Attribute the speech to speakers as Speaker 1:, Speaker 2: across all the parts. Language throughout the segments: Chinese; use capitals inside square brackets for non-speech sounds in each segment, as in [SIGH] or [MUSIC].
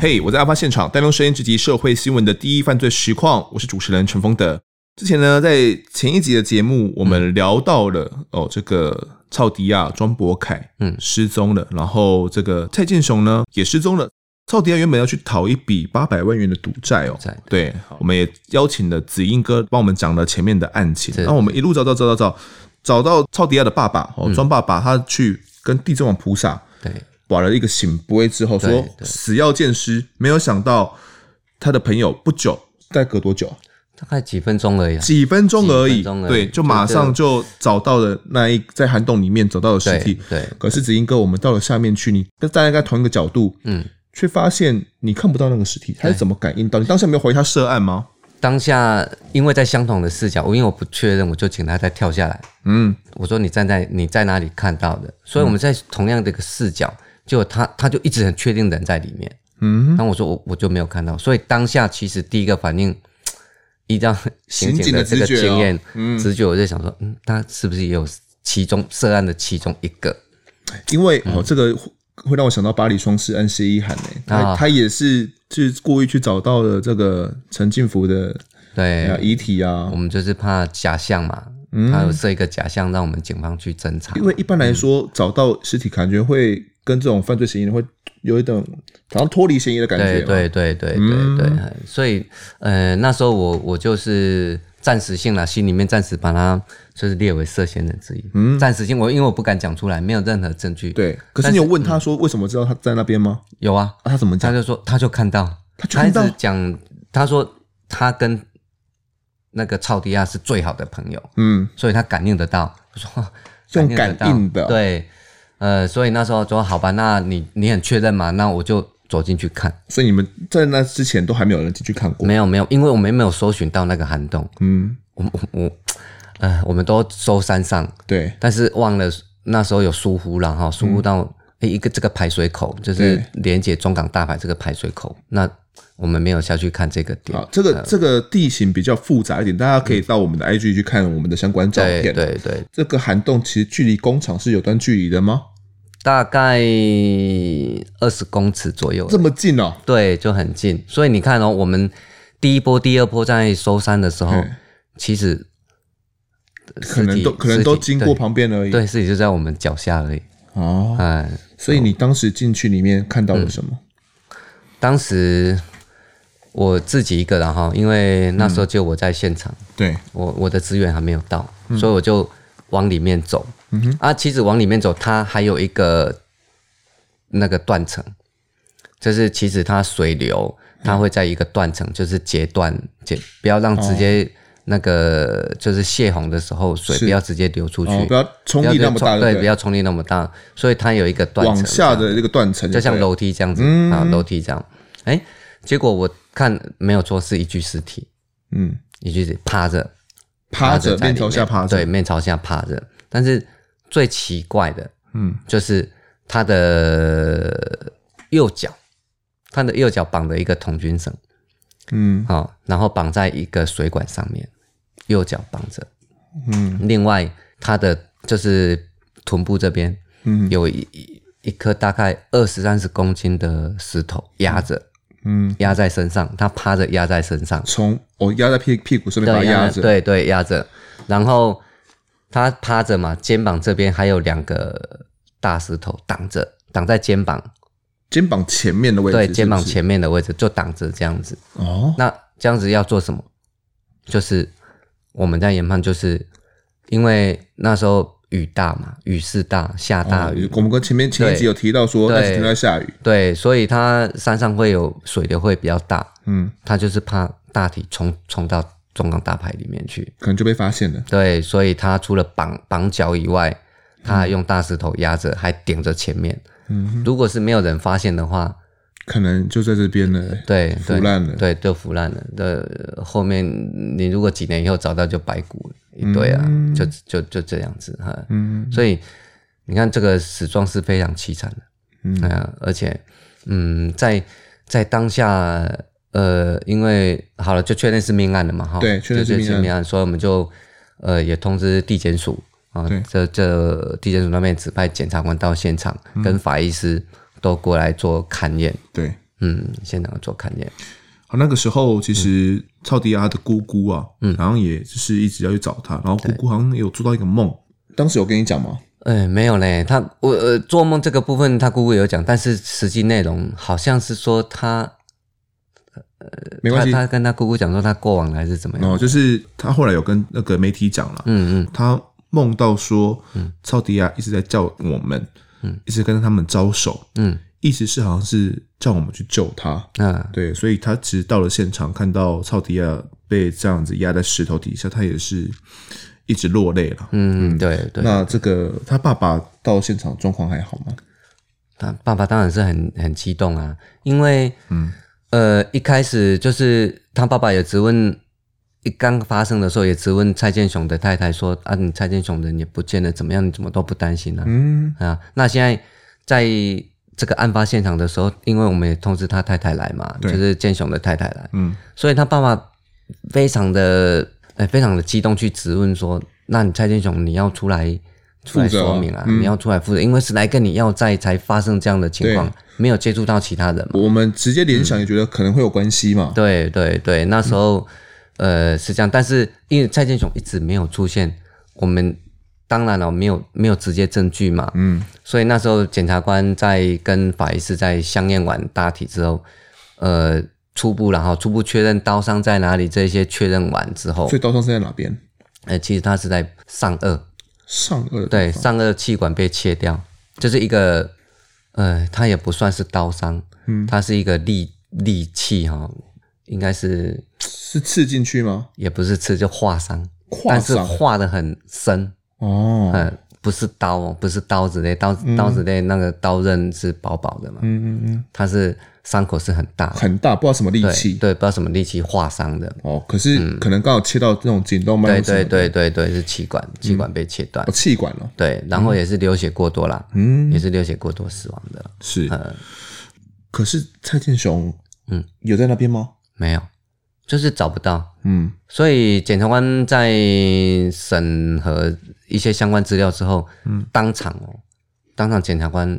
Speaker 1: 嘿、我在案发现场带动声音直击社会新闻的第一犯罪实况，我是主持人陈峰德。之前呢，在前一集的节目，我们聊到了、哦，这个超迪亚庄博凯
Speaker 2: 嗯
Speaker 1: 失踪了，然后这个蔡建雄呢也失踪了。超迪亚原本要去讨一笔八百万元的赌债哦，
Speaker 2: 在
Speaker 1: 对，我们也邀请了子英哥帮我们讲了前面的案情。
Speaker 2: 是
Speaker 1: 那我们一路找找找找找，找到超迪亚的爸爸哦，庄爸爸，他去跟地震王菩萨
Speaker 2: 对
Speaker 1: 把了一个醒杯之后，
Speaker 2: 对
Speaker 1: 说
Speaker 2: 对
Speaker 1: 死要见尸。没有想到他的朋友不久，大概隔多久？
Speaker 2: 大概几分钟而已、啊，
Speaker 1: 几分钟而已，
Speaker 2: 几分钟而已
Speaker 1: 对，就马上就找到了那一在涵洞里面找到了尸
Speaker 2: 对
Speaker 1: 体。
Speaker 2: 对，
Speaker 1: 可是子英哥，我们到了下面去，你跟大家在同一个角度，嗯，却发现你看不到那个尸体，他是怎么感应到？你当时没有怀疑他涉案吗？
Speaker 2: 当下因为在相同的视角，我因为我不确认，我就请他再跳下来。
Speaker 1: 嗯，
Speaker 2: 我说你站在你在哪里看到的？所以我们在同样的一个视角，就他他就一直很确定人在里面。嗯，那我说我我就没有看到，所以当下其实第一个反应，依照刑
Speaker 1: 刑警
Speaker 2: 警
Speaker 1: 的
Speaker 2: 的这个
Speaker 1: 直觉哦
Speaker 2: 经验
Speaker 1: 嗯
Speaker 2: 直觉，我就想说，嗯，他是不是也有其中涉案的其中一个？
Speaker 1: 因为哦，这个会会让我想到巴黎双尸案谢依涵诶，他
Speaker 2: 嗯啊
Speaker 1: 他也是去故意去找到了这个陈进福的
Speaker 2: 对，
Speaker 1: 呃遗体啊
Speaker 2: 哎我，们就是怕假象嘛，他有设一个假象让我们警方去侦查
Speaker 1: 嗯因。为一般来说，找到尸体感觉会跟这种犯罪嫌疑人会有一种好像脱离嫌疑的感觉
Speaker 2: 对
Speaker 1: 嘛。嗯
Speaker 2: 对对对对对，所以呃那时候我我就是暂时性啦，心里面暂时把他就是列为涉嫌人之一，暂时性我因为我不敢讲出来，没有任何证据。，
Speaker 1: 嗯对可是你有问他说为什么知道他在那边吗？
Speaker 2: 有啊，
Speaker 1: 啊、他怎么
Speaker 2: 他
Speaker 1: 讲？
Speaker 2: 就说他就看到，
Speaker 1: 他就看到
Speaker 2: 一直讲，他说他跟那个超迪亚是最好的朋友，
Speaker 1: 嗯，
Speaker 2: 所以他感应得到，我说 [LAUGHS]
Speaker 1: 用
Speaker 2: 感
Speaker 1: 感应
Speaker 2: 得
Speaker 1: 的
Speaker 2: 到对，呃，所以那时候说好吧，那你你很确认嘛，那我就走进去看。
Speaker 1: 所以你们在那之前都还没有人进去看过。
Speaker 2: 没有没有，因为我们没有搜寻到那个涵洞，
Speaker 1: 嗯，
Speaker 2: 我我我，呃，我们都搜山上，
Speaker 1: 对，
Speaker 2: 但是忘了那时候有疏忽了哈，疏忽到、
Speaker 1: 嗯
Speaker 2: 诶一个这个排水口，就是连接中港大排这个排水口，那我们没有下去看这个点。
Speaker 1: 好，这个这个地形比较复杂一点，大家可以到我们的 IG 去看我们的相关照
Speaker 2: 对
Speaker 1: 片。
Speaker 2: 对对，
Speaker 1: 这个涵洞其实距离工厂是有段距离的吗？
Speaker 2: 大概二十公尺左右而已，
Speaker 1: 这么近哦，
Speaker 2: 对，就很近。所以你看哦，我们第一波、第二波在收山的时候
Speaker 1: 嗯，
Speaker 2: 其实呃
Speaker 1: 可能都
Speaker 2: 尸体
Speaker 1: 可能都
Speaker 2: 尸体
Speaker 1: 经过
Speaker 2: 对
Speaker 1: 旁边而已。
Speaker 2: 对，尸体就在我们脚下而已。
Speaker 1: 哦，
Speaker 2: 哎，
Speaker 1: 所以你当时进去里面看到
Speaker 2: 嗯
Speaker 1: 了什么？
Speaker 2: 当时我自己一个人哈，因为那
Speaker 1: 嗯
Speaker 2: 时候就我在现场，
Speaker 1: 对，
Speaker 2: 我我的资源还没有到，
Speaker 1: 嗯
Speaker 2: 所以我就往里面走。啊，其实往里面走，它还有一个那个断层，就是其实它水流
Speaker 1: 嗯
Speaker 2: 它会在一个断层，就是截断截，不要让直接那个就是泄洪的时候水
Speaker 1: 哦是
Speaker 2: 不要直接流出去，
Speaker 1: 哦，不要冲力那么大，
Speaker 2: 不要对，不要冲力那么大，所以它有一个断层
Speaker 1: 往下的这个断层，
Speaker 2: 就像
Speaker 1: 对了嗯
Speaker 2: 楼梯这样子、啊，楼梯这样。哎，结果我看没有错，是一具尸体，
Speaker 1: 嗯，
Speaker 2: 一具尸体趴着，
Speaker 1: 趴着
Speaker 2: 在里
Speaker 1: 面朝下趴着，
Speaker 2: 对，面朝下趴着。但是最奇怪的
Speaker 1: 嗯，
Speaker 2: 就是他的右脚，他的右脚绑了一个童军绳，
Speaker 1: 嗯
Speaker 2: 好、然后绑在一个水管上面，右脚绑着。嗯，另外他的就是臀部这边，嗯，有一一一颗大概二十三十公斤的石头压着，
Speaker 1: 嗯，
Speaker 2: 压在身上，他趴着压在身上，
Speaker 1: 从我压在屁屁股上面把
Speaker 2: 对，
Speaker 1: 它压
Speaker 2: 压
Speaker 1: 着，，
Speaker 2: 对对压着，然后他趴着嘛，肩膀这边还有两个大石头挡着，挡在肩膀，
Speaker 1: 肩膀前面的位置，
Speaker 2: 对，肩膀
Speaker 1: 是不是，
Speaker 2: 前面的位置就挡着这样子。
Speaker 1: 哦，
Speaker 2: 那这样子要做什么？就是我们在研判，就是因为那时候雨大嘛，雨势大，下大
Speaker 1: 哦
Speaker 2: 雨，
Speaker 1: 我们跟前面前一集
Speaker 2: 对
Speaker 1: 有提到说，
Speaker 2: 对
Speaker 1: 那几天都在下雨，
Speaker 2: 对，所以它山上会有水流会比较大，
Speaker 1: 嗯，
Speaker 2: 它就是怕大体冲冲到中港大排里面去。
Speaker 1: 可能就被发现了，
Speaker 2: 对，所以他除了绑绑脚以外，
Speaker 1: 嗯
Speaker 2: 他还用大石头压着，还顶着前面。嗯，如果是没有人发现的话，
Speaker 1: 可能就在这边了，
Speaker 2: 对，
Speaker 1: 腐
Speaker 2: 对
Speaker 1: 烂了
Speaker 2: 对，就腐烂了。呃，后面你如果几年以后找到就白骨了一堆啊，
Speaker 1: 嗯
Speaker 2: 就就就这样子哈。嗯，所以你看这个死状是非常凄惨的。嗯、而且嗯，在在当下。呃，因为好了，就确认是命案了嘛，哈，
Speaker 1: 对确认是
Speaker 2: 就
Speaker 1: 命案
Speaker 2: 命案，所以我们就呃也通知地检署，啊、
Speaker 1: 对
Speaker 2: 这这地检署那边指派检察官到现场，
Speaker 1: 嗯
Speaker 2: 跟法医师都过来做勘验，
Speaker 1: 对，
Speaker 2: 嗯，现场做勘验，
Speaker 1: 好，那个时候其实
Speaker 2: 嗯
Speaker 1: 超迪亚他的姑姑啊，嗯，然后也就是一直要去找他，然后姑姑好像也有做到一个梦，当时有跟你讲吗？
Speaker 2: 哎，没有嘞，他我呃做梦这个部分他姑姑有讲，但是实际内容好像是说他呃
Speaker 1: 没关系，
Speaker 2: 他他跟他姑姑讲说他过往还是怎么样，
Speaker 1: 哦，就是他后来有跟那个媒体讲了，
Speaker 2: 嗯嗯，
Speaker 1: 他梦到说，嗯，超迪亚一直在叫我们，嗯，一直跟他们招手，
Speaker 2: 嗯，
Speaker 1: 意思是好像是叫我们去救他，
Speaker 2: 那
Speaker 1: 对，所以他其实到了现场，看到超迪亚被这样子压在石头底下，他也是一直落泪了。
Speaker 2: 嗯对对，
Speaker 1: 那这个他爸爸到现场状况还好吗？
Speaker 2: 他爸爸当然是很很激动啊，因为嗯呃一开始就是他爸爸也质问，一刚发生的时候也质问蔡建雄的太太说啊，你蔡建雄人也不见了，怎么样？你怎么都不担心呢、啊？
Speaker 1: 嗯，
Speaker 2: 那现在在这个案发现场的时候，因为我们也通知他太太来嘛，就
Speaker 1: 对
Speaker 2: 是建雄的太太来，
Speaker 1: 嗯，
Speaker 2: 所以他爸爸非常的呃非常的激动去质问说，那你蔡建雄你要出来。出来
Speaker 1: 负责
Speaker 2: 说明啊，
Speaker 1: 嗯
Speaker 2: 你要出来负责，因为是来跟你要债才发生这样的情况
Speaker 1: 对，
Speaker 2: 没有接触到其他人嘛。
Speaker 1: 我们直接联想也觉得可能会有关系嘛。
Speaker 2: 对对对，那时候、呃是这样，但是因为蔡建雄一直没有出现，我们当然了没有没有直接证据嘛，
Speaker 1: 嗯，
Speaker 2: 所以那时候检察官在跟法医师在相验完大体之后，呃初步然后初步确认刀伤在哪里这些确认完之后
Speaker 1: 所，以刀伤是在哪边？
Speaker 2: 呃其实他是在上颚，
Speaker 1: 上颚的地
Speaker 2: 对，
Speaker 1: 方
Speaker 2: 上颚气管被切掉，就是一个，呃，它也不算是刀伤，嗯，它是一个利利器哈、应该是
Speaker 1: 是刺进去吗？
Speaker 2: 也不是刺，就划伤，
Speaker 1: 划
Speaker 2: 但是
Speaker 1: 伤
Speaker 2: 划得很深，
Speaker 1: 哦，
Speaker 2: 呃，不是刀哦，不是刀子类，刀刀子类那个刀刃是薄薄的嘛，
Speaker 1: 嗯嗯嗯嗯，
Speaker 2: 它是伤口是很大的，
Speaker 1: 很大，不知道什么力
Speaker 2: 对
Speaker 1: 气
Speaker 2: 对，不知道什么利器划伤的，
Speaker 1: 哦，可是可能刚好切到这种颈动脉
Speaker 2: 对
Speaker 1: 或什么的，
Speaker 2: 对
Speaker 1: 嗯
Speaker 2: 对对对，是气管气管被切断，
Speaker 1: 哦，气管了，
Speaker 2: 对，然后也是流血过多啦，
Speaker 1: 嗯，
Speaker 2: 也是呃流血过多死亡的，
Speaker 1: 是。可是蔡健雄，嗯，有在那边吗？
Speaker 2: 没有，就是找不到。
Speaker 1: 嗯，
Speaker 2: 所以检察官在审核一些相关资料之后，嗯，当场哦，当场检察官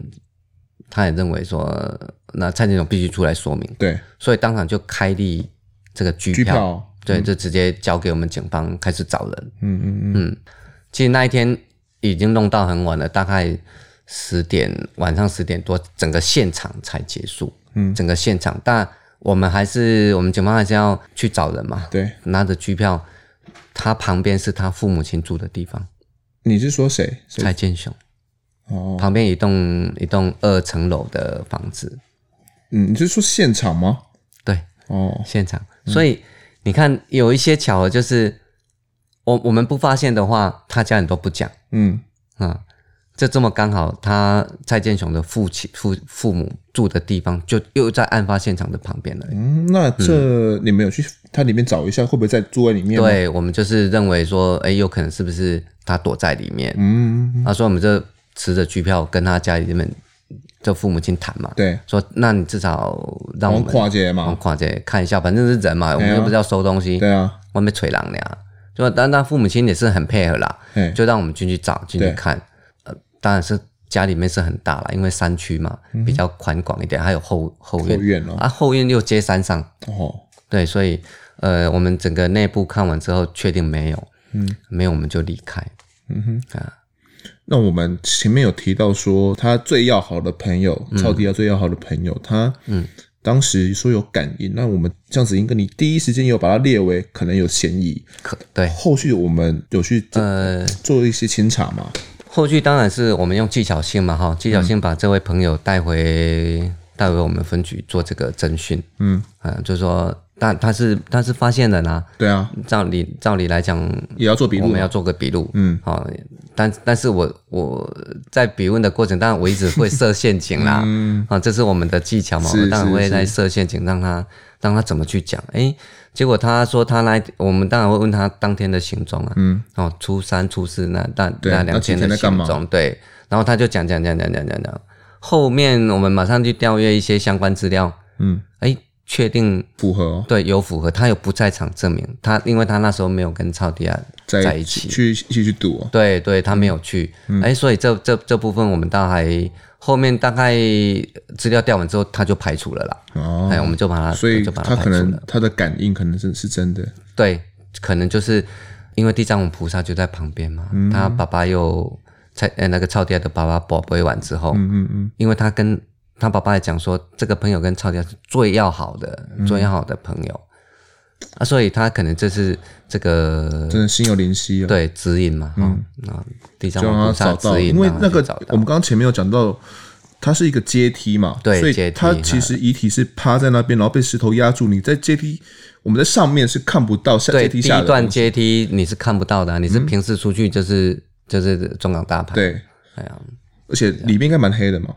Speaker 2: 他也认为说，那蔡建勇必须出来说明，
Speaker 1: 对，
Speaker 2: 所以当场就开立这个拘
Speaker 1: 拘
Speaker 2: 票，
Speaker 1: 票，
Speaker 2: 对，就直接交给我们警方开始找人。
Speaker 1: 嗯嗯嗯，
Speaker 2: 其实那一天已经弄到很晚了，大概十点晚上十点多，整个现场才结束。嗯，整个现场，但我们还是我们警方还是要去找人嘛。
Speaker 1: 对，
Speaker 2: 拿着机票，他旁边是他父母亲住的地方，
Speaker 1: 你是说谁？谁？
Speaker 2: 蔡建雄
Speaker 1: 哦，
Speaker 2: 旁边一栋一栋二层楼的房子，
Speaker 1: 嗯，你是说现场吗？
Speaker 2: 对，
Speaker 1: 哦，
Speaker 2: 现场。所以你看，有一些巧合，就是我我们不发现的话，他家人都不讲。
Speaker 1: 嗯，
Speaker 2: 啊，就这么刚好，他蔡建雄的父亲父父母住的地方就又在案发现场的旁边了。
Speaker 1: 嗯，那这你们有去它里面找一下，会不会在住在里面？，
Speaker 2: 对，我们就是认为说，哎，有可能是不是他躲在里面？
Speaker 1: 嗯，
Speaker 2: 他说我们就持着拘票跟他家里面就父母亲谈嘛，
Speaker 1: 对，
Speaker 2: 说那你至少让
Speaker 1: 我们
Speaker 2: 我们
Speaker 1: 跨界嘛，
Speaker 2: 跨界看一下，反正是人嘛，我们
Speaker 1: 对啊
Speaker 2: 又不是要收东西，
Speaker 1: 对啊，
Speaker 2: 外面吹狼俩，就但他父母亲也是很配合啦，
Speaker 1: 哎，
Speaker 2: 就让我们进去找进去
Speaker 1: 对
Speaker 2: 看，呃，当然是家里面是很大啦，因为山区嘛比较宽广一点，还有后
Speaker 1: 嗯
Speaker 2: 后
Speaker 1: 后
Speaker 2: 院
Speaker 1: 院哦，
Speaker 2: 啊，后院又接山上，
Speaker 1: 哦，
Speaker 2: 对，所以呃，我们整个内部看完之后确定没有，嗯，没有我们就离开，
Speaker 1: 嗯
Speaker 2: 啊
Speaker 1: 那我们前面有提到说，他最要好的朋友，
Speaker 2: 嗯
Speaker 1: 超迪亚最要好的朋友，他嗯，当时说有感应，那我们这样子已经跟你第一时间有把它列为可能有嫌疑，
Speaker 2: 可对。
Speaker 1: 后续我们有去做、
Speaker 2: 哎呃，
Speaker 1: 做一些清查嘛？
Speaker 2: 后续当然是我们用技巧性嘛，哈，技巧性把这位朋友带回带回我们分局做这个侦讯，
Speaker 1: 嗯，
Speaker 2: 嗯、就是说，但他是他是发现人啊，
Speaker 1: 对啊，
Speaker 2: 照理照理来讲，
Speaker 1: 也要做笔
Speaker 2: 我
Speaker 1: 录
Speaker 2: 们要
Speaker 1: 嘛，
Speaker 2: 做个笔录，
Speaker 1: 嗯，
Speaker 2: 好、但但是我我在笔问的过程，当然我一直会设陷阱
Speaker 1: [LAUGHS]
Speaker 2: 啦，嗯，啊，这是我们的技巧嘛，
Speaker 1: 是
Speaker 2: 我当然
Speaker 1: 是
Speaker 2: 会
Speaker 1: 是
Speaker 2: 在设陷阱，让他让他怎么去讲，诶，结果他说他那一天我们当然会问他当天的行踪啊，嗯，哦，初三初四那那
Speaker 1: 对
Speaker 2: 那两天的
Speaker 1: 那几天在干
Speaker 2: 行
Speaker 1: 嘛
Speaker 2: 踪，对，然后他就讲讲讲讲讲讲讲，后面我们马上去调阅一些相关资料，
Speaker 1: 嗯，
Speaker 2: 诶，确定
Speaker 1: 符合哦，
Speaker 2: 对有符合，他有不在场证明，他因为他那时候没有跟超迪亚
Speaker 1: 在
Speaker 2: 在一起，
Speaker 1: 去一起去赌哦。
Speaker 2: 对对，他没有去，哎、
Speaker 1: 嗯
Speaker 2: 所以这这这部分我们倒还后面大概资料调完之后，他就排除了啦，哎、
Speaker 1: 哦，
Speaker 2: 我们就把他
Speaker 1: 所以
Speaker 2: 就把
Speaker 1: 他
Speaker 2: 排
Speaker 1: 可
Speaker 2: 除
Speaker 1: 能
Speaker 2: 了，
Speaker 1: 他的感应可能是是真的，
Speaker 2: 对，可能就是因为地藏王菩萨就在旁边嘛，
Speaker 1: 嗯
Speaker 2: 他爸爸又在呃那个超迪亚的爸爸宝贝完之后，
Speaker 1: 嗯嗯
Speaker 2: 因为他跟他爸爸也讲说，这个朋友跟超迪亚是最要好的、
Speaker 1: 嗯
Speaker 2: 最要好的朋友啊，所以他可能这是这个
Speaker 1: 嗯，真的心有灵犀哦。
Speaker 2: 对指引嘛，嗯啊，地藏
Speaker 1: 就
Speaker 2: 王
Speaker 1: 让
Speaker 2: 菩
Speaker 1: 他
Speaker 2: 萨
Speaker 1: 找到，
Speaker 2: 指引，
Speaker 1: 因为那个
Speaker 2: 让他去找
Speaker 1: 我们刚刚前面有讲到，它是一个阶梯嘛，
Speaker 2: 对
Speaker 1: 所以
Speaker 2: 阶梯
Speaker 1: 它其实遗体是趴在那边，然后被石头压住，你在阶梯，我们在上面是看不到下阶
Speaker 2: 对
Speaker 1: 梯
Speaker 2: 第
Speaker 1: 下
Speaker 2: 一
Speaker 1: 的
Speaker 2: 段
Speaker 1: 东西，嗯
Speaker 2: 阶梯你是看不到的啊、你是平时出去就是、就是中港大牌，，
Speaker 1: 对，
Speaker 2: 哎呀，
Speaker 1: 而且里面应该蛮黑
Speaker 2: [LAUGHS]
Speaker 1: 的嘛，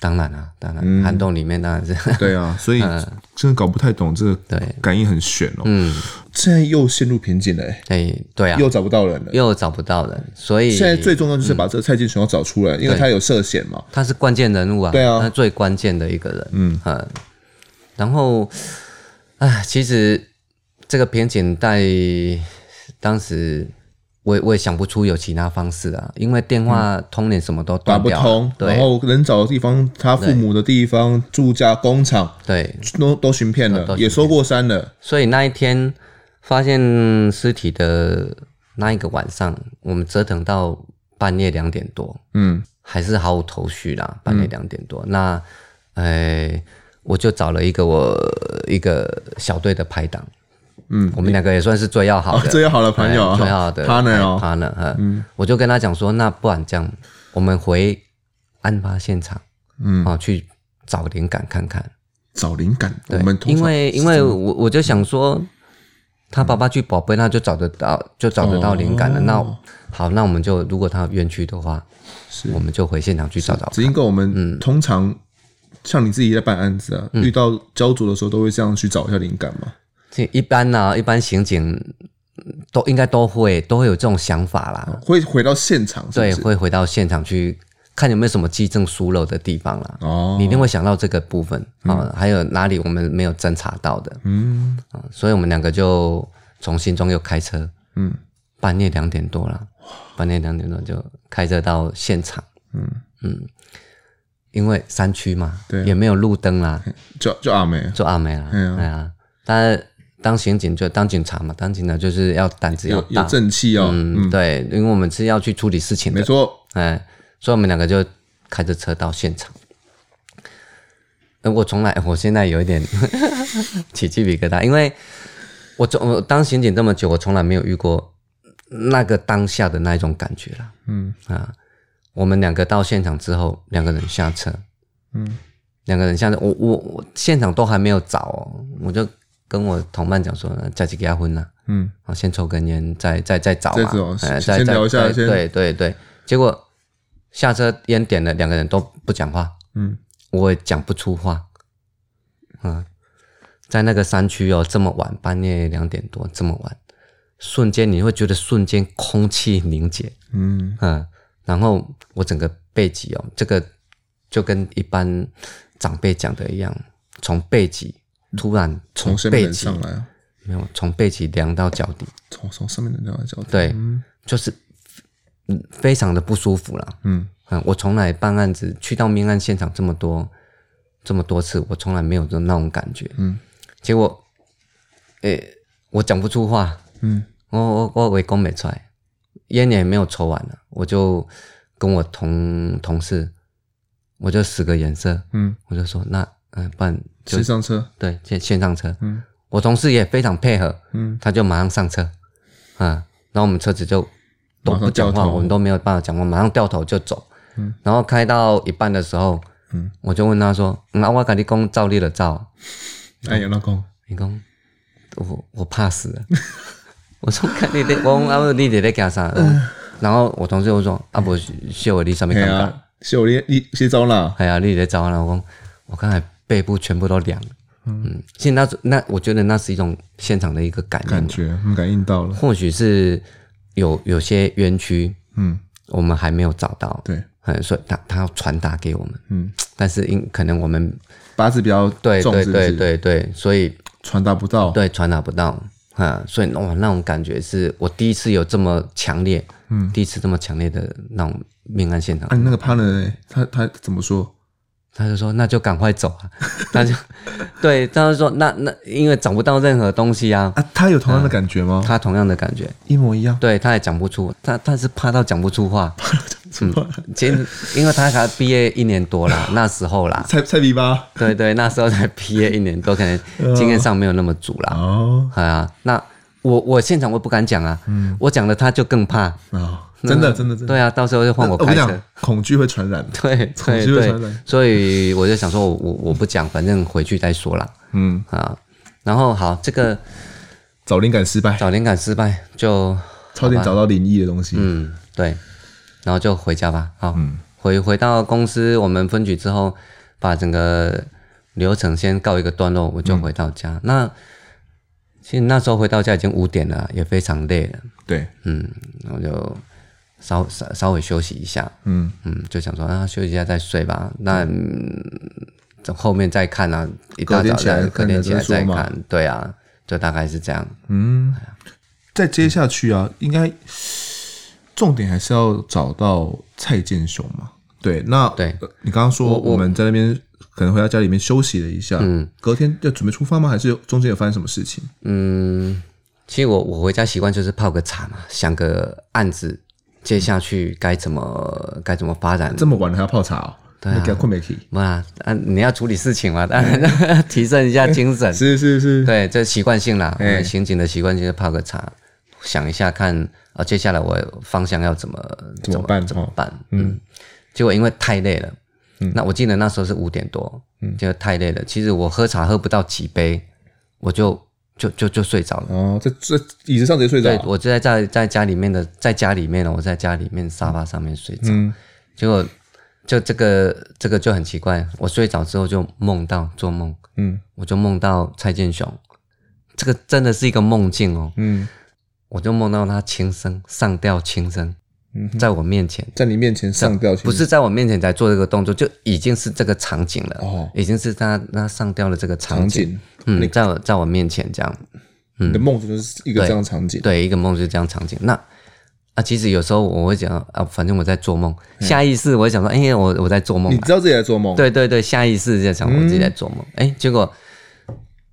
Speaker 2: 当然啊，当然、
Speaker 1: 嗯
Speaker 2: 涵洞里面当然是
Speaker 1: 对啊，所以真的搞不太懂这个
Speaker 2: [LAUGHS] 对，
Speaker 1: 感应很悬哦，
Speaker 2: 嗯，
Speaker 1: 现在又陷入瓶颈了、欸，
Speaker 2: 哎，对啊，
Speaker 1: 又找不到人了。
Speaker 2: 又找不到人，所以
Speaker 1: 现在最重要就是把这个蔡进雄要找出来，因为
Speaker 2: 嗯对
Speaker 1: 他有涉嫌嘛。
Speaker 2: 他是关键人物啊，
Speaker 1: 对啊
Speaker 2: 他最关键的一个人，嗯然后，哎，其实这个瓶颈在当时我也我也想不出有其他方式啊，因为电话通联什么都
Speaker 1: 打
Speaker 2: 断
Speaker 1: 不
Speaker 2: 掉了，
Speaker 1: 通，然
Speaker 2: 对
Speaker 1: 后能找的地方，他父母的地方、住家、工厂
Speaker 2: 对，
Speaker 1: 都都寻遍了
Speaker 2: 哦都，都
Speaker 1: 也搜过山了。
Speaker 2: 所以那一天发现尸体的那一个晚上，我们折腾到半夜两点多，
Speaker 1: 嗯，
Speaker 2: 还是毫无头绪啦，半夜两点多。那，呃，我就找了一个我一个小队的拍档，
Speaker 1: 嗯，
Speaker 2: 我们两个也算是最要好
Speaker 1: 哦
Speaker 2: 的，，
Speaker 1: 最好的朋友
Speaker 2: 哎
Speaker 1: 啊，
Speaker 2: 最好的
Speaker 1: partner
Speaker 2: 哎
Speaker 1: 哦，
Speaker 2: partner，哈我就跟他讲说，那不然这样，我们回案发现场，
Speaker 1: 嗯
Speaker 2: 啊，去找灵感看看。
Speaker 1: 找灵感。我
Speaker 2: 对，
Speaker 1: 们通常
Speaker 2: 因为因为我我就想说，他爸爸去宝贝，那就找得到，就找得到灵感了。
Speaker 1: 哦
Speaker 2: 那好，那我们就如果他有冤屈的话，
Speaker 1: 是
Speaker 2: 我们就回现场去找找嗯
Speaker 1: 子英哥，我们通常像你自己在办案子啊，遇到焦灼的时候，都会这样去找一下灵感嘛。
Speaker 2: 这一般呢、一般刑警嗯都应该都会都会有这种想法啦，
Speaker 1: 会回到现场，哦是不
Speaker 2: 嗯对，
Speaker 1: 是？
Speaker 2: 会回到现场去看有没有什么技证疏漏的地方啦。
Speaker 1: 哦嗯
Speaker 2: 你一定会想到这个部分啊、还有哪里我们没有侦查到的，嗯啊、所以我们两个就从新庄又开车，
Speaker 1: 嗯，
Speaker 2: 半夜两点多了，半夜两点多就开车到现场，
Speaker 1: 嗯
Speaker 2: 嗯，因为山区嘛，
Speaker 1: 对啊
Speaker 2: 也没有路灯啦，
Speaker 1: 就就阿美
Speaker 2: 做阿美啦，
Speaker 1: 哎呀
Speaker 2: 哎呀，但是当刑警就当警察嘛，当警察就是要胆子要
Speaker 1: 有有
Speaker 2: 大，
Speaker 1: 正气哦，
Speaker 2: 嗯，对，因为我们是要去处理事情
Speaker 1: 没
Speaker 2: 的，
Speaker 1: 错，
Speaker 2: 哎，所以我们两个就开着车到现场。呃我从来，我现在有一点 [LAUGHS] 起鸡皮疙瘩，因为我从我当刑警这么久，我从来没有遇过那个当下的那一种感觉啦。
Speaker 1: 嗯
Speaker 2: 啊，我们两个到现场之后，两个人下车，
Speaker 1: 嗯，
Speaker 2: 两个人下车，我我我现场都还没有找哦，我就跟我同伴讲说，再去给他婚了。
Speaker 1: 嗯，
Speaker 2: 啊，先抽根烟，再再再找
Speaker 1: 再
Speaker 2: 嘛
Speaker 1: 找，
Speaker 2: 哎
Speaker 1: 先
Speaker 2: 再
Speaker 1: 先
Speaker 2: 再
Speaker 1: 聊一下
Speaker 2: 对
Speaker 1: 先
Speaker 2: 对对对，结果下车烟点了，两个人都不讲话，
Speaker 1: 嗯，
Speaker 2: 我也讲不出话，嗯，在那个山区哦，这么晚，半夜两点多，这么晚，瞬间你会觉得瞬间空气凝结，
Speaker 1: 嗯，
Speaker 2: 嗯，然后我整个背脊哦，这个就跟一般长辈讲的一样，从背脊突然从
Speaker 1: 从上面
Speaker 2: 背
Speaker 1: 人
Speaker 2: 脊
Speaker 1: 上来啊，
Speaker 2: 没有从背脊凉到脚底。
Speaker 1: 从从上面人上来叫，
Speaker 2: 对，就是嗯非常的不舒服啦。
Speaker 1: 嗯，
Speaker 2: 嗯，我从来办案子去到命案现场这么多这么多次，我从来没有这那种感觉。
Speaker 1: 嗯，
Speaker 2: 结果，诶、我讲不出话，
Speaker 1: 嗯，
Speaker 2: 我我我围攻没出来，烟也没有抽完了，我就跟我同同事，我就使个眼色，
Speaker 1: 嗯，
Speaker 2: 我就说那嗯、呃不然就
Speaker 1: 先上车，
Speaker 2: 对先先上车。
Speaker 1: 嗯，
Speaker 2: 我同事也非常配合，
Speaker 1: 嗯，
Speaker 2: 他就马上上车，啊，然后我们车子就都不讲
Speaker 1: 马上掉
Speaker 2: 话，
Speaker 1: 头
Speaker 2: 我们都没有办法讲话，马上掉头就走。
Speaker 1: 嗯，
Speaker 2: 然后开到一半的时候，
Speaker 1: 嗯，
Speaker 2: 我就问他说：“那、嗯啊我跟你讲，照例的照，
Speaker 1: 哎，杨老公，
Speaker 2: 你讲我我怕死了。” [LAUGHS] 我说：“看你的，我阿你在在干啥？”
Speaker 1: [LAUGHS] 嗯
Speaker 2: 然后我同事就说：“啊，不，秀我你上面
Speaker 1: 哎
Speaker 2: 尴尬。
Speaker 1: 呀，小林，你先走啦，
Speaker 2: 哎呀，丽姐找完老公，我刚才背部全部都凉了。嗯，其实那那我觉得那是一种现场的一个感应
Speaker 1: 感
Speaker 2: 啊，
Speaker 1: 觉嗯感应到了，
Speaker 2: 或许是有有些冤屈
Speaker 1: 嗯，
Speaker 2: 我们还没有找到，哎
Speaker 1: 对，
Speaker 2: 嗯，所以他他要传达给我们，
Speaker 1: 嗯，
Speaker 2: 但是因可能我们
Speaker 1: 八字比较
Speaker 2: 对
Speaker 1: 重，
Speaker 2: 对
Speaker 1: 是不
Speaker 2: 对
Speaker 1: 是？
Speaker 2: 对对，所以
Speaker 1: 传达不到。
Speaker 2: 对传达不到啊，所以哇，那种感觉是我第一次有这么强烈，嗯，第一次这么强烈的那种命案现场
Speaker 1: 啊，，你那个 partner 呢他他怎么说？
Speaker 2: 他就说那就赶快走啊， [LAUGHS] 那就对，他就说那那因为找不到任何东西啊，
Speaker 1: 啊，他有同样的感觉吗？
Speaker 2: 嗯他同样的感觉，
Speaker 1: 一模
Speaker 2: [LAUGHS]
Speaker 1: 一样。
Speaker 2: 对，他也讲不出，他他是怕到讲不出话，
Speaker 1: 嗯，
Speaker 2: 其实因为他才毕业一年多
Speaker 1: [LAUGHS]
Speaker 2: 啦，那时候啦，
Speaker 1: 菜菜皮吧。
Speaker 2: 对对，那时候才毕业一年多，可能
Speaker 1: [LAUGHS]
Speaker 2: 经验上没有那么足啦。
Speaker 1: 哦
Speaker 2: 哎呀，那我我现场我不敢讲啊，我讲了他就更怕。
Speaker 1: 哦，嗯真的真的真的。
Speaker 2: 对啊，到时候就换我
Speaker 1: 呃我跟
Speaker 2: 开
Speaker 1: 你
Speaker 2: 车
Speaker 1: 讲。，恐惧会传染。
Speaker 2: 对
Speaker 1: 恐
Speaker 2: 对
Speaker 1: 惧会
Speaker 2: 对
Speaker 1: 传染，
Speaker 2: 所以我就想说我，我我不讲，反正回去再说啦。
Speaker 1: 嗯，
Speaker 2: 啊。然后好，这个
Speaker 1: 找灵感失败，
Speaker 2: 找灵感失败就
Speaker 1: 差点找到灵异的东西。
Speaker 2: 嗯，对，然后就回家吧。好，
Speaker 1: 嗯
Speaker 2: 回回到公司，我们分局之后，把整个流程先告一个段落，我就回到家。
Speaker 1: 嗯
Speaker 2: 那其实那时候回到家已经五点了，也非常累了。
Speaker 1: 对，
Speaker 2: 嗯，我就稍稍稍微休息一下。
Speaker 1: 嗯
Speaker 2: 嗯，就想说啊，休息一下再睡吧。那、嗯、这后面再看啊，一
Speaker 1: 隔
Speaker 2: 大
Speaker 1: 天
Speaker 2: 早
Speaker 1: 起来
Speaker 2: 再隔
Speaker 1: 看
Speaker 2: 天
Speaker 1: 了
Speaker 2: 起
Speaker 1: 再
Speaker 2: 来
Speaker 1: 说
Speaker 2: 再
Speaker 1: 嘛
Speaker 2: 看。对啊，就大概是这样。
Speaker 1: 嗯，再接下去啊，应该重点还是要找到蔡建雄嘛。对，那
Speaker 2: 对
Speaker 1: 呃你刚刚说我们在那边可能回到家里面休息了一下，嗯，隔天要准备出发吗？还是中间有发生什么事情？
Speaker 2: 嗯，其实我我回家习惯就是泡个茶嘛，想个案子，接下去该怎么该怎么发展。
Speaker 1: 这么晚了还要泡茶哦？对啊，困没起？
Speaker 2: 嘛，啊，你要处理事情嘛， [LAUGHS] 当然提升一下精神。
Speaker 1: 是是是，
Speaker 2: 对，这习惯性啦，我
Speaker 1: 哎
Speaker 2: 们刑警的习惯性就泡个茶，想一下看啊，接下来我方向要怎么
Speaker 1: 怎么办
Speaker 2: 怎么
Speaker 1: 哦嗯
Speaker 2: 办？嗯，结果因为太累了，那我记得那时候是五点多，就太累了。其实我喝茶喝不到几杯，我就就就就睡着了。
Speaker 1: 哦，在在椅子上直接睡着
Speaker 2: 对，，啊我就在在在家里面的，在家里面了，我在家里面沙发上面睡着，
Speaker 1: 嗯
Speaker 2: 结果就这个这个就很奇怪，我睡着之后就梦到做梦，
Speaker 1: 嗯
Speaker 2: 我就梦到蔡健雄，这个真的是一个梦境哦，
Speaker 1: 嗯
Speaker 2: 我就梦到他轻声上吊轻声，
Speaker 1: 嗯哼，
Speaker 2: 在我面前，
Speaker 1: 在你面前上吊，
Speaker 2: 不是在我面前才做这个动作，就已经是这个场景了，
Speaker 1: 哦
Speaker 2: 已经是他他上吊的这个
Speaker 1: 场
Speaker 2: 场景，
Speaker 1: 景，
Speaker 2: 嗯，在我在我面前这样，
Speaker 1: 你的梦中就是一个这样的场景。
Speaker 2: 对，一个梦就是这样场景。那啊，其实有时候我会讲啊，反正我在做梦，下意识我会想说，哎、我我在做梦
Speaker 1: 嗯你
Speaker 2: 啊。
Speaker 1: 知道自己在做嗯梦，，
Speaker 2: 对对对，下意识在想我自己在做梦。哎、结果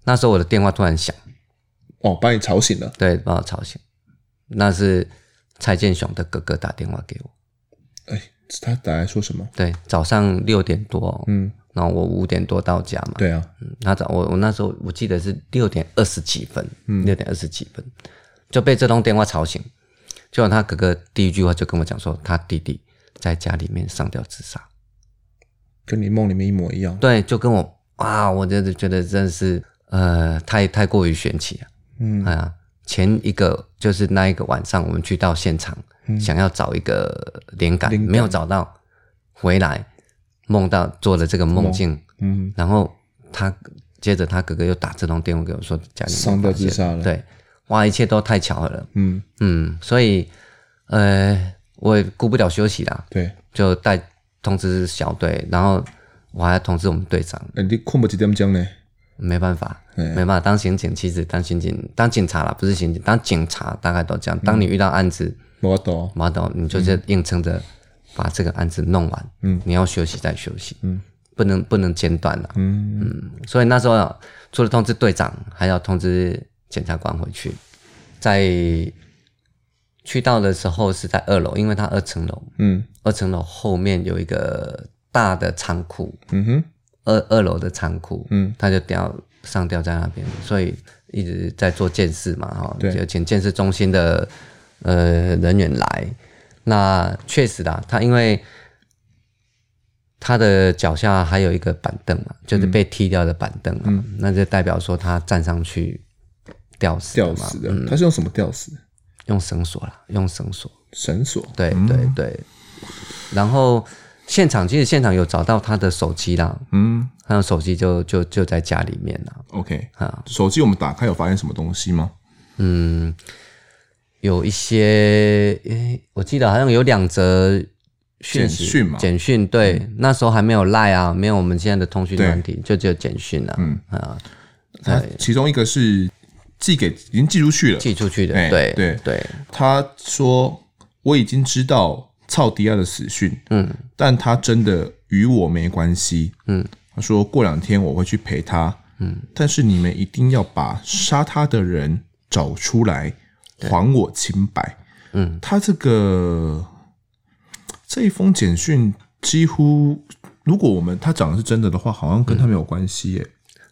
Speaker 2: 那时候我的电话突然响，
Speaker 1: 哦，把你吵醒了，
Speaker 2: 对，把我吵醒。那是蔡健雄的哥哥打电话给我，
Speaker 1: 哎，他打来说什么？
Speaker 2: 对，早上六点多，
Speaker 1: 嗯，
Speaker 2: 然后我五点多到家嘛，
Speaker 1: 对啊，
Speaker 2: 嗯，他早我我那时候我记得是六点二十几分，六点二十几分就被这通电话吵醒，结果他哥哥第一句话就跟我讲说，他弟弟在家里面上吊自杀，
Speaker 1: 跟你梦里面一模一样。
Speaker 2: 对，就跟我哇，我真的觉得真的是呃，太太过于玄奇了，
Speaker 1: 嗯
Speaker 2: 哎呀，前一个就是那一个晚上，我们去到现场，想要找一个嗯灵感，没有找到，回来梦到做了这个梦境，
Speaker 1: 嗯，
Speaker 2: 然后他接着他哥哥又打这通电话给我说家里面
Speaker 1: 上吊自杀了
Speaker 2: 对，哇，一切都太巧合了，
Speaker 1: 嗯，
Speaker 2: 嗯，所以呃，我也顾不了休息啦，
Speaker 1: 对，
Speaker 2: 就带通知小队，然后我还通知我们队长，
Speaker 1: 哎你困不几点钟呢？
Speaker 2: 没办法，
Speaker 1: 嗯
Speaker 2: 没办法，当刑警其实当刑警当警察啦，不是刑警，当警察大概都这样，当你遇到案子，
Speaker 1: 我懂，
Speaker 2: 马导你就是硬撑着把这个案子弄完，嗯，你要休息再休息，嗯，不能不能间断了，
Speaker 1: 嗯，
Speaker 2: 嗯，所以那时候啊除了通知队长，还要通知检察官回去。在去到的时候是在二楼，因为它二层楼，
Speaker 1: 嗯
Speaker 2: 二层楼后面有一个大的仓库，
Speaker 1: 嗯哼，
Speaker 2: 二二楼的仓库，
Speaker 1: 嗯，
Speaker 2: 他就吊上吊在那边，所以一直在做建设嘛，哈，
Speaker 1: 对
Speaker 2: 就请建设中心的呃人员来。那确实啦，他因为他的脚下还有一个板凳嘛，就是
Speaker 1: 嗯
Speaker 2: 被踢掉的板凳嘛，那就代表说他站上去吊死的
Speaker 1: 吊
Speaker 2: 嘛，
Speaker 1: 死的，他是用什么吊死的？
Speaker 2: 用绳索啦，用绳索，
Speaker 1: 绳索。
Speaker 2: 对对对。然后现场其实现场有找到他的手机啦，
Speaker 1: 嗯
Speaker 2: 他的手机就就就在家里面啦。
Speaker 1: ，OK，
Speaker 2: 啊
Speaker 1: 手机我们打开有发现什么东西吗？
Speaker 2: 嗯，有一些，诶我记得好像有两则讯
Speaker 1: 简
Speaker 2: 息
Speaker 1: 讯嘛嗯
Speaker 2: 简讯对，那时候还没有赖啊，没有我们现在的通讯软体，就只有简讯啊，嗯啊，
Speaker 1: 它其中一个是寄给已经寄出去了，
Speaker 2: 寄出去的，
Speaker 1: 哎
Speaker 2: 对
Speaker 1: 对
Speaker 2: 对，
Speaker 1: 他说我已经知道操迪亚的死讯，嗯，但他真的与我没关系，嗯，他说过两天我会去陪他，嗯，但是你们一定要把杀他的人找出来，还我清白，嗯，他这个这一封简讯几乎。如果我们他讲的是真的的话，好像跟他没有关系耶。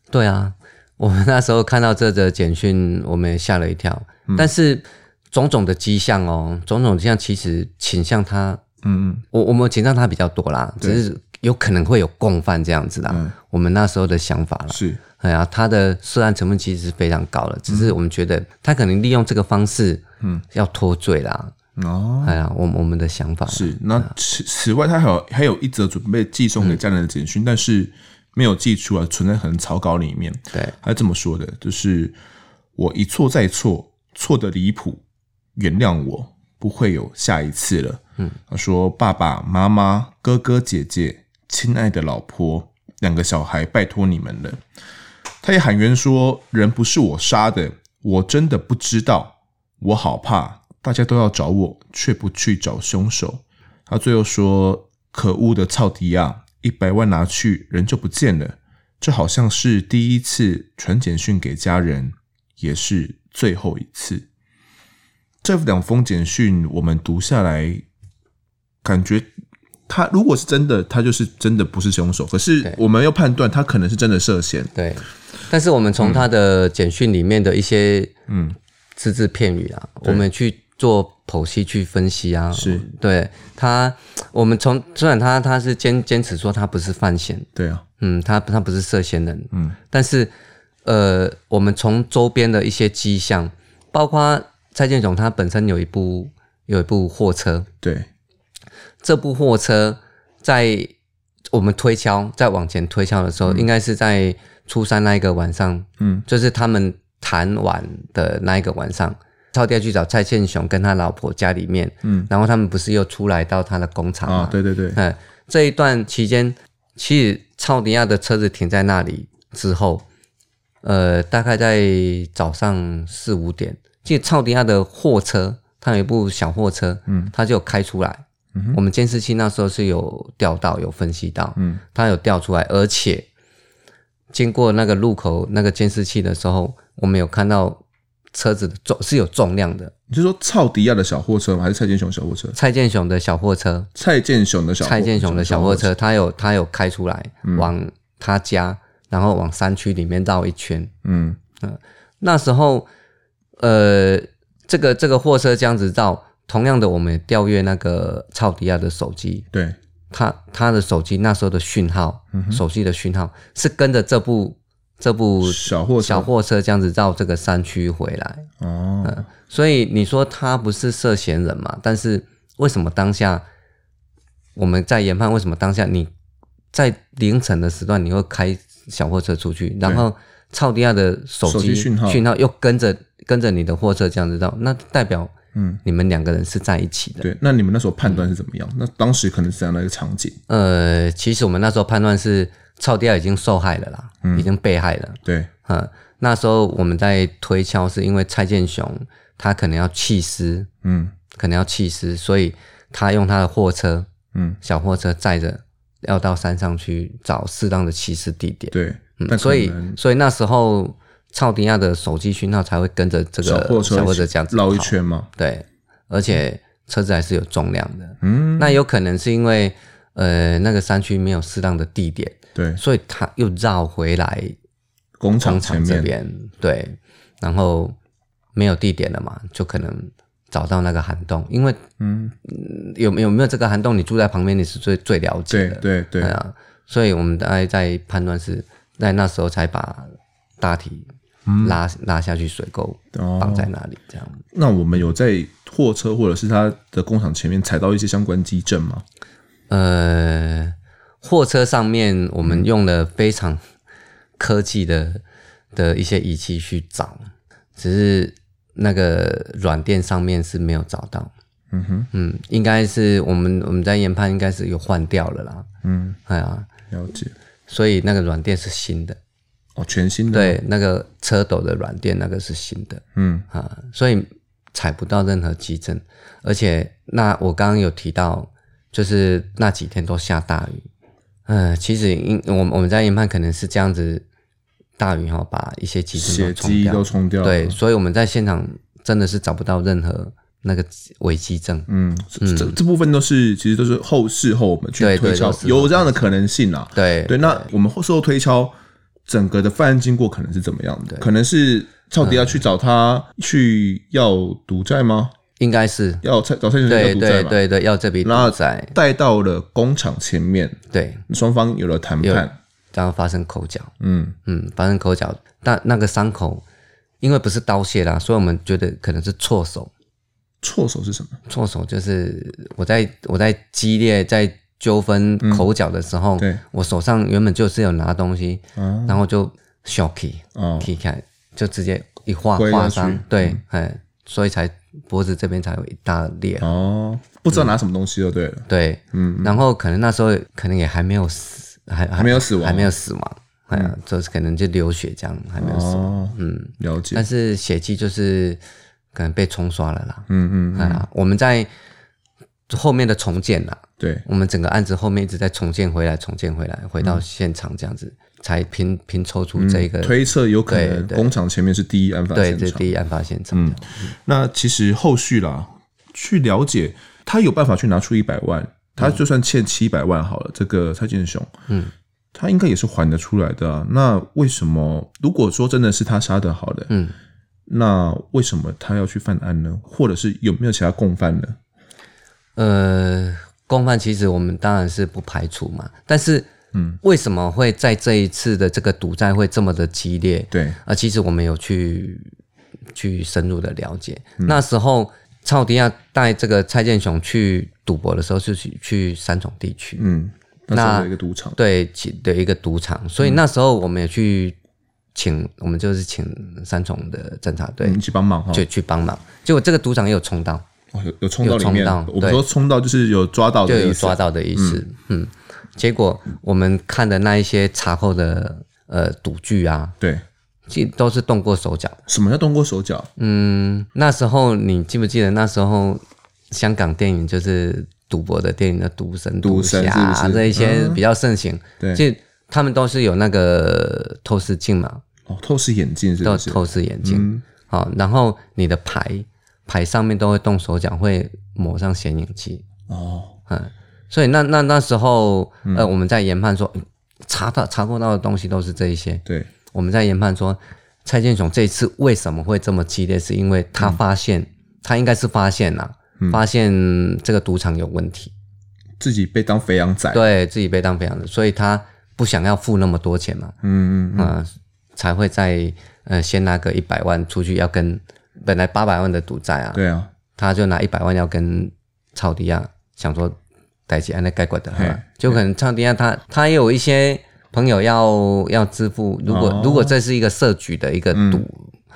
Speaker 2: 对啊，我们那时候看到这则简讯，我们也吓了一跳。
Speaker 1: 嗯
Speaker 2: 但是种种的迹象哦，种种迹象其实倾向他，
Speaker 1: 嗯嗯，
Speaker 2: 我我们倾向他比较多啦，
Speaker 1: 对嗯
Speaker 2: 只是有可能会有共犯这样子啦。我们那时候的想法啦，
Speaker 1: 是
Speaker 2: 哎呀、他的涉案成分其实是非常高的，只
Speaker 1: 嗯
Speaker 2: 是我们觉得他可能利用这个方式，嗯，要脱罪啦。
Speaker 1: 哦，
Speaker 2: 哎呀、我们我们的想法啦
Speaker 1: 是，那此此外，他还有还有一则准备寄送给家人的简讯，但是没有寄出来，存在可能草稿里面。
Speaker 2: 对，
Speaker 1: 他这么说的，就是我一错再错，错的离谱，原谅我，不会有下一次了。嗯，他说爸爸妈妈、哥哥姐姐、亲爱的老婆、两个小孩，拜托你们了。他也喊冤说人不是我杀的，我真的不知道，我好怕，大家都要找我，却不去找凶手。他最后说：“可恶的操迪亚，一百万拿去，人就不见了。这好像是第一次传简讯给家人，也是最后一次。”这两封简讯我们读下来，感觉他如果是真的，他就是真的不是凶手。可是
Speaker 2: 对
Speaker 1: 我们要判断他可能是真的涉嫌。
Speaker 2: 对，但是我们从他的简讯里面的一些
Speaker 1: 嗯
Speaker 2: 只字片语啊，
Speaker 1: 对
Speaker 2: 我们去做剖析、去分析啊。
Speaker 1: 是
Speaker 2: 对他，我们从虽然他他是坚坚持说他不是犯嫌，
Speaker 1: 对啊，
Speaker 2: 嗯，他他不是涉嫌人，
Speaker 1: 嗯，
Speaker 2: 但是呃，我们从周边的一些迹象，包括蔡建总他本身有一部有一部货车，
Speaker 1: 对，
Speaker 2: 这部货车在我们推敲，在往前推敲的时候，应该是在初三那一个晚上，
Speaker 1: 嗯，
Speaker 2: 就是他们谈完的那一个晚上，超爹去找蔡宪雄跟他老婆家里面，
Speaker 1: 嗯，
Speaker 2: 然后他们不是又出来到他的工厂
Speaker 1: 啊
Speaker 2: 嘛，，
Speaker 1: 对对对，
Speaker 2: 嗯，这一段期间，其实超迪亚的车子停在那里之后，呃，大概在早上四五点，其实超迪亚的货车，它有一部小货车，嗯，它就开出来。我们监视器那时候是有调到，有分析到，
Speaker 1: 嗯，
Speaker 2: 它有调出来，而且经过那个路口那个监视器的时候，我们有看到车子的重是有重量的，
Speaker 1: 你是说操迪亚的小货车吗？还是蔡健雄小货车？
Speaker 2: 蔡建雄的小货车，
Speaker 1: 蔡健雄的小货
Speaker 2: 蔡建雄的小货，车，他有他有开出来，往他家，然后往山区里面绕一圈。
Speaker 1: 嗯，
Speaker 2: 那时候，呃，这个这个货车这样子绕，同样的，我们也调阅那个超迪亚的手机，
Speaker 1: 对，
Speaker 2: 他他的手机那时候的讯号，手机的讯号是跟着这部这部
Speaker 1: 小货车
Speaker 2: 小货嗯车这样子绕这个山区回来。
Speaker 1: 哦，
Speaker 2: 所以你说他不是涉嫌人嘛？但是为什么当下我们在研判？为什么当下你在凌晨的时段你会开小货车出去，然后超迪亚的手
Speaker 1: 手
Speaker 2: 机
Speaker 1: 机讯号
Speaker 2: 又跟着跟着你的货车这样子绕，那代表
Speaker 1: 嗯
Speaker 2: 你们两个人是在一起的。
Speaker 1: 对，那你们那时候判断是怎么
Speaker 2: 嗯
Speaker 1: 样？那当时可能是这样的一个场景，
Speaker 2: 呃，其实我们那时候判断是超迪亚已经受害了啦，
Speaker 1: 嗯
Speaker 2: 已经被害了。
Speaker 1: 对，
Speaker 2: 嗯，那时候我们在推敲，是因为蔡建雄他可能要弃尸，
Speaker 1: 嗯
Speaker 2: 可能要弃尸，所以他用他的货车，
Speaker 1: 嗯，
Speaker 2: 小货车载着要到山上去找适当的弃尸地点。
Speaker 1: 对，但可
Speaker 2: 嗯，
Speaker 1: 能
Speaker 2: 所以所以那时候超迪亚的手机讯号才会跟着这
Speaker 1: 小
Speaker 2: 个
Speaker 1: 货车
Speaker 2: 小货车这样子
Speaker 1: 绕一
Speaker 2: 跑，
Speaker 1: 圈嘛，
Speaker 2: 对，而且车子还是有重量的。
Speaker 1: 嗯，
Speaker 2: 那有可能是因为呃那个山区没有适当的地点，
Speaker 1: 对，
Speaker 2: 所以他又绕回来
Speaker 1: 工
Speaker 2: 工
Speaker 1: 厂前
Speaker 2: 厂这
Speaker 1: 面，
Speaker 2: 边，对，然后没有地点了嘛，就可能找到那个涵洞，因为
Speaker 1: 嗯，
Speaker 2: 有没有没有这个涵洞，你住在旁边你是最最了解
Speaker 1: 对
Speaker 2: 的，
Speaker 1: 对对
Speaker 2: 哎，呀所以我们大概在判断是在那时候才把大体拉、拉下去水沟
Speaker 1: 嗯哦
Speaker 2: 绑，在那里，这样、
Speaker 1: 那我们有在货车或者是他的工厂前面踩到一些相关基证吗？
Speaker 2: 呃，货车上面我们用了非常科技的的一些仪器去找，只是那个软垫上面是没有找到。
Speaker 1: 嗯哼，
Speaker 2: 嗯，应该是我们我们在研判应该是有换掉了啦。
Speaker 1: 嗯，
Speaker 2: 哎呀，
Speaker 1: 了解。
Speaker 2: 所以那个软垫是新的，
Speaker 1: 哦，全新的，，
Speaker 2: 对，那个车斗的软垫那个是新的
Speaker 1: 嗯
Speaker 2: 啊，所以踩不到任何急症，而且那我刚刚有提到，就是那几天都下大雨，嗯、其实因我们我们在研判可能是这样子，大雨哈、把一些急症
Speaker 1: 血
Speaker 2: 都冲
Speaker 1: 迹
Speaker 2: 掉
Speaker 1: 都，冲掉了，
Speaker 2: 对，所以我们在现场真的是找不到任何那个危机症，
Speaker 1: 嗯，这这这部分都是其实都是后事后我们去
Speaker 2: 对对
Speaker 1: 推敲
Speaker 2: 都是，后
Speaker 1: 有这样的可能性啊。
Speaker 2: 对
Speaker 1: 对，那我们后事后推敲整个的犯案经过可能是怎么样的？可能是超迪要去找他去要赌债吗？
Speaker 2: 应该是
Speaker 1: 要蔡找蔡先生要
Speaker 2: 对
Speaker 1: 赌债
Speaker 2: 对
Speaker 1: 嘛？
Speaker 2: 对对，要这笔赌
Speaker 1: 那
Speaker 2: 债，
Speaker 1: 带到了工厂前面，
Speaker 2: 对，
Speaker 1: 双方有了谈判，
Speaker 2: 然后发生口角，
Speaker 1: 嗯
Speaker 2: 嗯，发生口角，但那个伤口因为不是刀械啦，所以我们觉得可能是错手，
Speaker 1: 错手是什么？
Speaker 2: 错手就是我在我在激烈在纠纷口角的时候，
Speaker 1: 嗯对
Speaker 2: 我手上原本就是有拿东西，
Speaker 1: 啊
Speaker 2: 然后就小 k
Speaker 1: 哦
Speaker 2: k 开就直接一划
Speaker 1: 挥下
Speaker 2: 划伤
Speaker 1: 去，嗯
Speaker 2: 对，哎、所以才脖子这边才有一大裂，
Speaker 1: 哦，不知道拿什么东西就对了，
Speaker 2: 对，嗯，然后可能那时候可能也还没有死，还还
Speaker 1: 还没有死亡嗯
Speaker 2: 还没有死亡，哎呀，就是可能就流血这样，还没有死亡。
Speaker 1: 哦，嗯，了解
Speaker 2: 但，是血迹就是可能被冲刷了啦。
Speaker 1: 嗯嗯，
Speaker 2: 哎呀，我们在后面的重建啦，
Speaker 1: 对，嗯
Speaker 2: 我们整个案子后面一直在重建回来，重建回来，回到现场这样子，才拼拼凑出这个、
Speaker 1: 嗯推测有可
Speaker 2: 对
Speaker 1: 能
Speaker 2: 对
Speaker 1: 工厂前面是第一案发
Speaker 2: 对
Speaker 1: 现
Speaker 2: 这
Speaker 1: 场。
Speaker 2: 第一案发现场。嗯，
Speaker 1: 那其实后续啦，去了解他有办法去拿出一百万，他就算欠七百万好了，这个蔡建雄，
Speaker 2: 嗯，
Speaker 1: 他应该也是还得出来的、啊。那为什么？如果说真的是他杀的，好了，
Speaker 2: 嗯，
Speaker 1: 那为什么他要去犯案呢？或者是有没有其他共犯呢？
Speaker 2: 呃，共犯其实我们当然是不排除嘛，但是，嗯，为什么会在这一次的这个赌债会这么的激烈？
Speaker 1: 对，
Speaker 2: 啊，其实我们有去去深入的了解，那时候超迪亚带这个蔡建雄去赌博的时候是去去三重地区，
Speaker 1: 嗯，那时候有一个赌场，
Speaker 2: 对其的一个赌场，所以那时候我们也去请，我们就是请三重的侦查队
Speaker 1: 你去帮忙哈
Speaker 2: 就，去帮忙，结果这个赌场也有冲到，
Speaker 1: 哦有有冲到里面
Speaker 2: 有冲到，
Speaker 1: 我们
Speaker 2: 对
Speaker 1: 说冲到就是有抓到
Speaker 2: 就
Speaker 1: 的
Speaker 2: 哦有
Speaker 1: 意思
Speaker 2: 抓，到的意思。嗯结果我们看的那一些查扣的呃赌具啊，
Speaker 1: 对，
Speaker 2: 其实都是动过手脚。
Speaker 1: 什么叫动过手脚？
Speaker 2: 嗯，那时候你记不记得那时候香港电影就是赌博的电影的赌神、
Speaker 1: 赌神
Speaker 2: 侠
Speaker 1: 是不是嗯
Speaker 2: 这一些比较盛行，
Speaker 1: 对
Speaker 2: 就他们都是有那个透视镜嘛，
Speaker 1: 哦，透视眼镜是不
Speaker 2: 都有
Speaker 1: 是？嗯
Speaker 2: 透视眼镜，好、然后你的牌牌上面都会动手脚，会抹上显影剂，
Speaker 1: 哦，
Speaker 2: 嗯，所以那那那时候，呃，我们在研判说，嗯查到查过到的东西都是这一些。
Speaker 1: 对，
Speaker 2: 我们在研判说，蔡建雄这一次为什么会这么激烈，是因为他发现，他应该是发现啦、啊
Speaker 1: 嗯
Speaker 2: 发现这个赌场有问题，
Speaker 1: 自己被当肥羊宰，
Speaker 2: 对自己被当肥羊的，所以他不想要付那么多钱嘛，
Speaker 1: 嗯嗯嗯，
Speaker 2: 啊、才会在呃先拿个一百万出去，要跟本来八百万的赌债啊，
Speaker 1: 对啊，
Speaker 2: 他就拿一百万要跟超迪亚想说代起安那该管的
Speaker 1: 嘿
Speaker 2: 哈，就可能超迪亚他他也有一些朋友要要支付，如果、
Speaker 1: 哦嗯
Speaker 2: 如果这是一个设局的一个赌、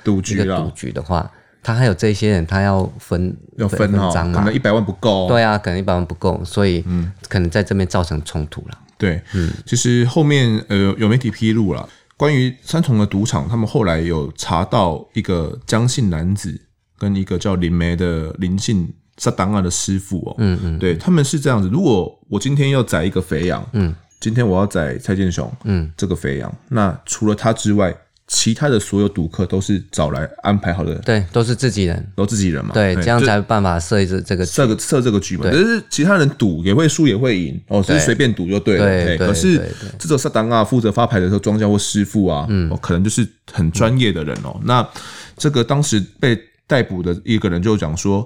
Speaker 1: 赌
Speaker 2: 一
Speaker 1: 局
Speaker 2: 个
Speaker 1: 啦
Speaker 2: 赌，局的话，他还有这些人他要分
Speaker 1: 要分哈、
Speaker 2: 赃
Speaker 1: 可
Speaker 2: 嘛
Speaker 1: 能，一嗯百万不够、哦。
Speaker 2: 对啊，可能一百万不够，所以可能在这边造成冲突了。
Speaker 1: 对，嗯，其实后面呃有媒体披露了关于三重的赌场，他们后来有查到一个江姓男子跟一个叫林梅的林姓撒当啊的师傅哦，嗯嗯，对他们是这样子，如果我今天要宰一个肥羊，嗯，今天我要宰蔡建雄，嗯，这个肥羊，那除了他之外，其他的所有赌客都是找来安排好的，
Speaker 2: 对，都是自己人，
Speaker 1: 都自己人嘛，
Speaker 2: 对，这样
Speaker 1: 就
Speaker 2: 才有办法设置这个
Speaker 1: 设个啊设这个局嘛，
Speaker 2: 对
Speaker 1: 但是其他人赌也会输也会赢哦，就是随便赌就对了。
Speaker 2: 对
Speaker 1: 嘿
Speaker 2: 对
Speaker 1: 可是
Speaker 2: 对嗯
Speaker 1: 这种萨当啊，负责发牌的时候，庄家或师傅啊，哦，可能就是很专业的人哦。那这个当时被逮捕的一个人就讲说，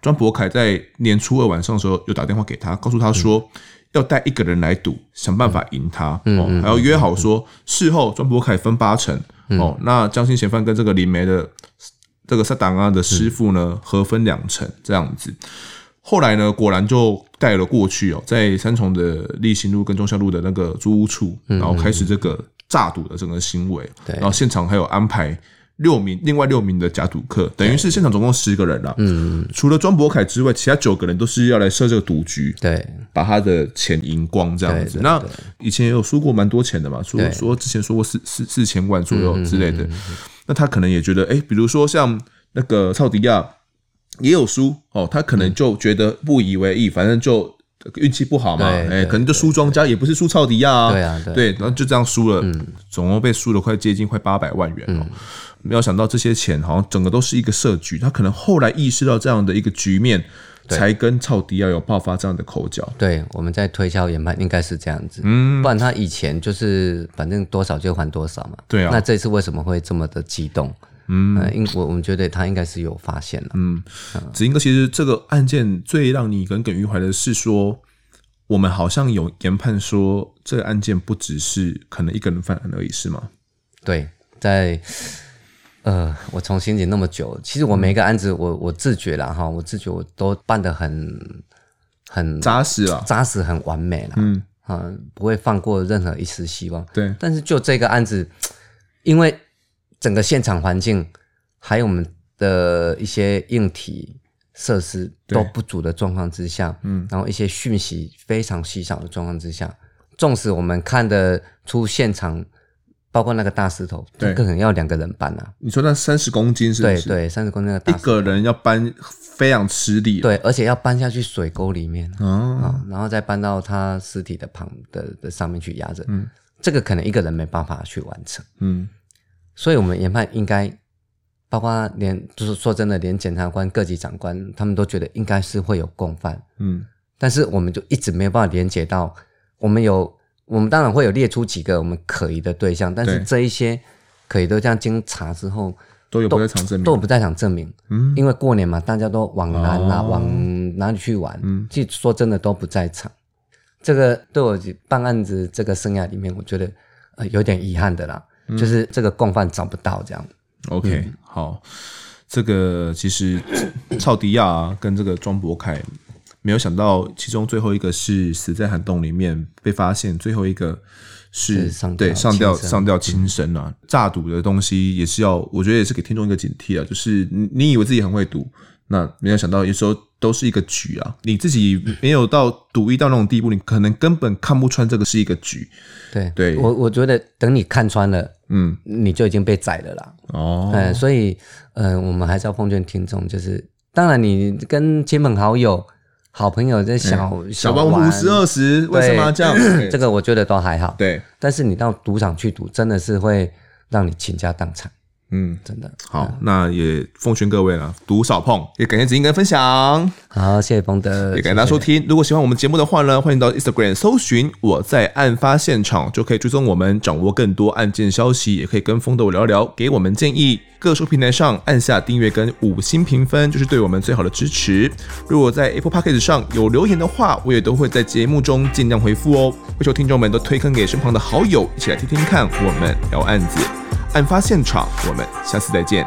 Speaker 1: 庄博凯在年初二晚上的时候有打电话给他，告诉他说。
Speaker 2: 嗯
Speaker 1: 要带一个人来赌，想办法赢他、哦，还
Speaker 2: 嗯
Speaker 1: 要约好说事后庄博凯分八成、哦，那江心嫌犯跟这个林梅的这个萨当啊的师傅
Speaker 2: 嗯
Speaker 1: 呢合分两成这样子。后来呢，果然就带了过去哦，在三重的立新路跟中孝路的那个租屋处，然后开始这个诈赌的整个行为，
Speaker 2: 对
Speaker 1: 然后现场还有安排六名，另外六名的假赌客，等于是现场总共十个人啦。嗯，除了庄博凯之外，其他九个人都是要来设这个赌局，
Speaker 2: 对
Speaker 1: 把他的钱赢光这样子。
Speaker 2: 对对
Speaker 1: 那以前也有输过蛮多钱的嘛，说
Speaker 2: 对嗯
Speaker 1: 说之前说过四四四千万左右之类的。那他可能也觉得，哎、比如说像那个超迪亚也有输哦，他可能就觉得不以为意，反正就。运气不好嘛，
Speaker 2: 嗯对
Speaker 1: 哎、
Speaker 2: 对
Speaker 1: 可能就输庄家，也不是输超迪亚啊，
Speaker 2: 对啊对嗯
Speaker 1: 对，然后就这样输了，总共被输了快接近快八百万元哦。没有想到这些钱好像整个都是一个设局，他可能后来意识到这样的一个局面，才跟超迪亚有爆发这样的口角。
Speaker 2: 对，我们在推敲研判应该是这样子，嗯，不然他以前就是反正多少就还多少嘛，
Speaker 1: 对啊
Speaker 2: 那这次为什么会这么的激动？嗯，因我我们觉得他应该是有发现了，
Speaker 1: 子英哥，其实这个案件最让你耿耿于怀的是说，我们好像有研判说这个案件不只是可能一个人犯案而已，是吗？
Speaker 2: 对，在呃，我从刑警那么久，其实我每一个案子我，我自觉了哈，我自觉我都办得很很
Speaker 1: 扎实啊，
Speaker 2: 扎实、很完美了，
Speaker 1: 嗯，
Speaker 2: 啊、不会放过任何一丝希望。
Speaker 1: 对，
Speaker 2: 但是就这个案子，因为整个现场环境还有我们的一些硬体设施
Speaker 1: 对
Speaker 2: 都不足的状况之下，
Speaker 1: 嗯，
Speaker 2: 然后一些讯息非常稀少的状况之下，纵使我们看得出现场，包括那个大石头，
Speaker 1: 对
Speaker 2: 这可能要两个人搬啊，
Speaker 1: 你说那三十公斤是不
Speaker 2: 对
Speaker 1: 是？
Speaker 2: 对，三十公斤的大
Speaker 1: 一
Speaker 2: 石头，
Speaker 1: 个人要搬非常吃力。，
Speaker 2: 对，而且要搬下去水沟里面，
Speaker 1: 啊，
Speaker 2: 啊、然后再搬到他尸体的旁的的上面去压着，嗯，这个可能一个人没办法去完成，
Speaker 1: 嗯，
Speaker 2: 所以我们研判应该，包括连就是说真的，连检察官、各级长官他们都觉得应该是会有共犯，
Speaker 1: 嗯，
Speaker 2: 但是我们就一直没有办法连接到，我们有我们当然会有列出几个我们可疑的对象，但是
Speaker 1: 对
Speaker 2: 这一些可疑对象经查之后，
Speaker 1: 都有不在场证
Speaker 2: 都
Speaker 1: 明。
Speaker 2: 不在场证明，
Speaker 1: 嗯
Speaker 2: 因为过年嘛，大家都往南啦、
Speaker 1: 哦
Speaker 2: 往哪里去玩？
Speaker 1: 嗯
Speaker 2: 其实说真的都不在场。这个对我办案子这个生涯里面，我觉得呃有点遗憾的啦，
Speaker 1: 嗯
Speaker 2: 就是这个共犯找不到这样。
Speaker 1: OK，、好，
Speaker 2: 嗯
Speaker 1: 这个其实 [COUGHS] 超迪亚、啊、跟这个庄博凯，没有想到其中最后一个是死在涵洞里面被发现，最后一个是
Speaker 2: 是上
Speaker 1: 对
Speaker 2: 吊
Speaker 1: 上吊
Speaker 2: 轻生
Speaker 1: 上吊轻生啊！诈赌的东西也是要，我觉得也是给听众一个警惕啊，就是你你以为自己很会赌，那没有想到有时候。都是一个局啊！你自己没有到赌一到那种地步，你可能根本看不穿这个是一个局。
Speaker 2: 对，
Speaker 1: 对
Speaker 2: 我我觉得等你看穿了，
Speaker 1: 嗯，
Speaker 2: 你就已经被宰了啦。
Speaker 1: 哦，
Speaker 2: 嗯、所以呃，我们还是要奉劝听众，就是当然你跟亲朋好友、好朋友在小、
Speaker 1: 哎小
Speaker 2: 玩
Speaker 1: 王五十二十，为什么要这
Speaker 2: [LAUGHS]
Speaker 1: 样？
Speaker 2: 对这
Speaker 1: 个
Speaker 2: 个我觉得都还好。
Speaker 1: 对，
Speaker 2: 但是你到赌场去赌，真的是会让你倾家荡产，
Speaker 1: 嗯，
Speaker 2: 真的。
Speaker 1: 好，那也奉劝各位了，赌少碰，也感谢子英跟分享，
Speaker 2: 好，谢谢冯德，
Speaker 1: 也感谢大家收听。如果喜欢我们节目的话呢，欢迎到 Instagram 搜寻“我在案发现场”，就可以追踪我们，掌握更多案件消息，也可以跟风豆聊聊，给我们建议。各收平台上按下订阅跟五星评分，就是对我们最好的支持。如果在 Apple p o c k e t 上有留言的话，我也都会在节目中尽量回复哦。会求听众们都推坑给身旁的好友，一起来听听看我们聊案子、案发现场。我们下次再见，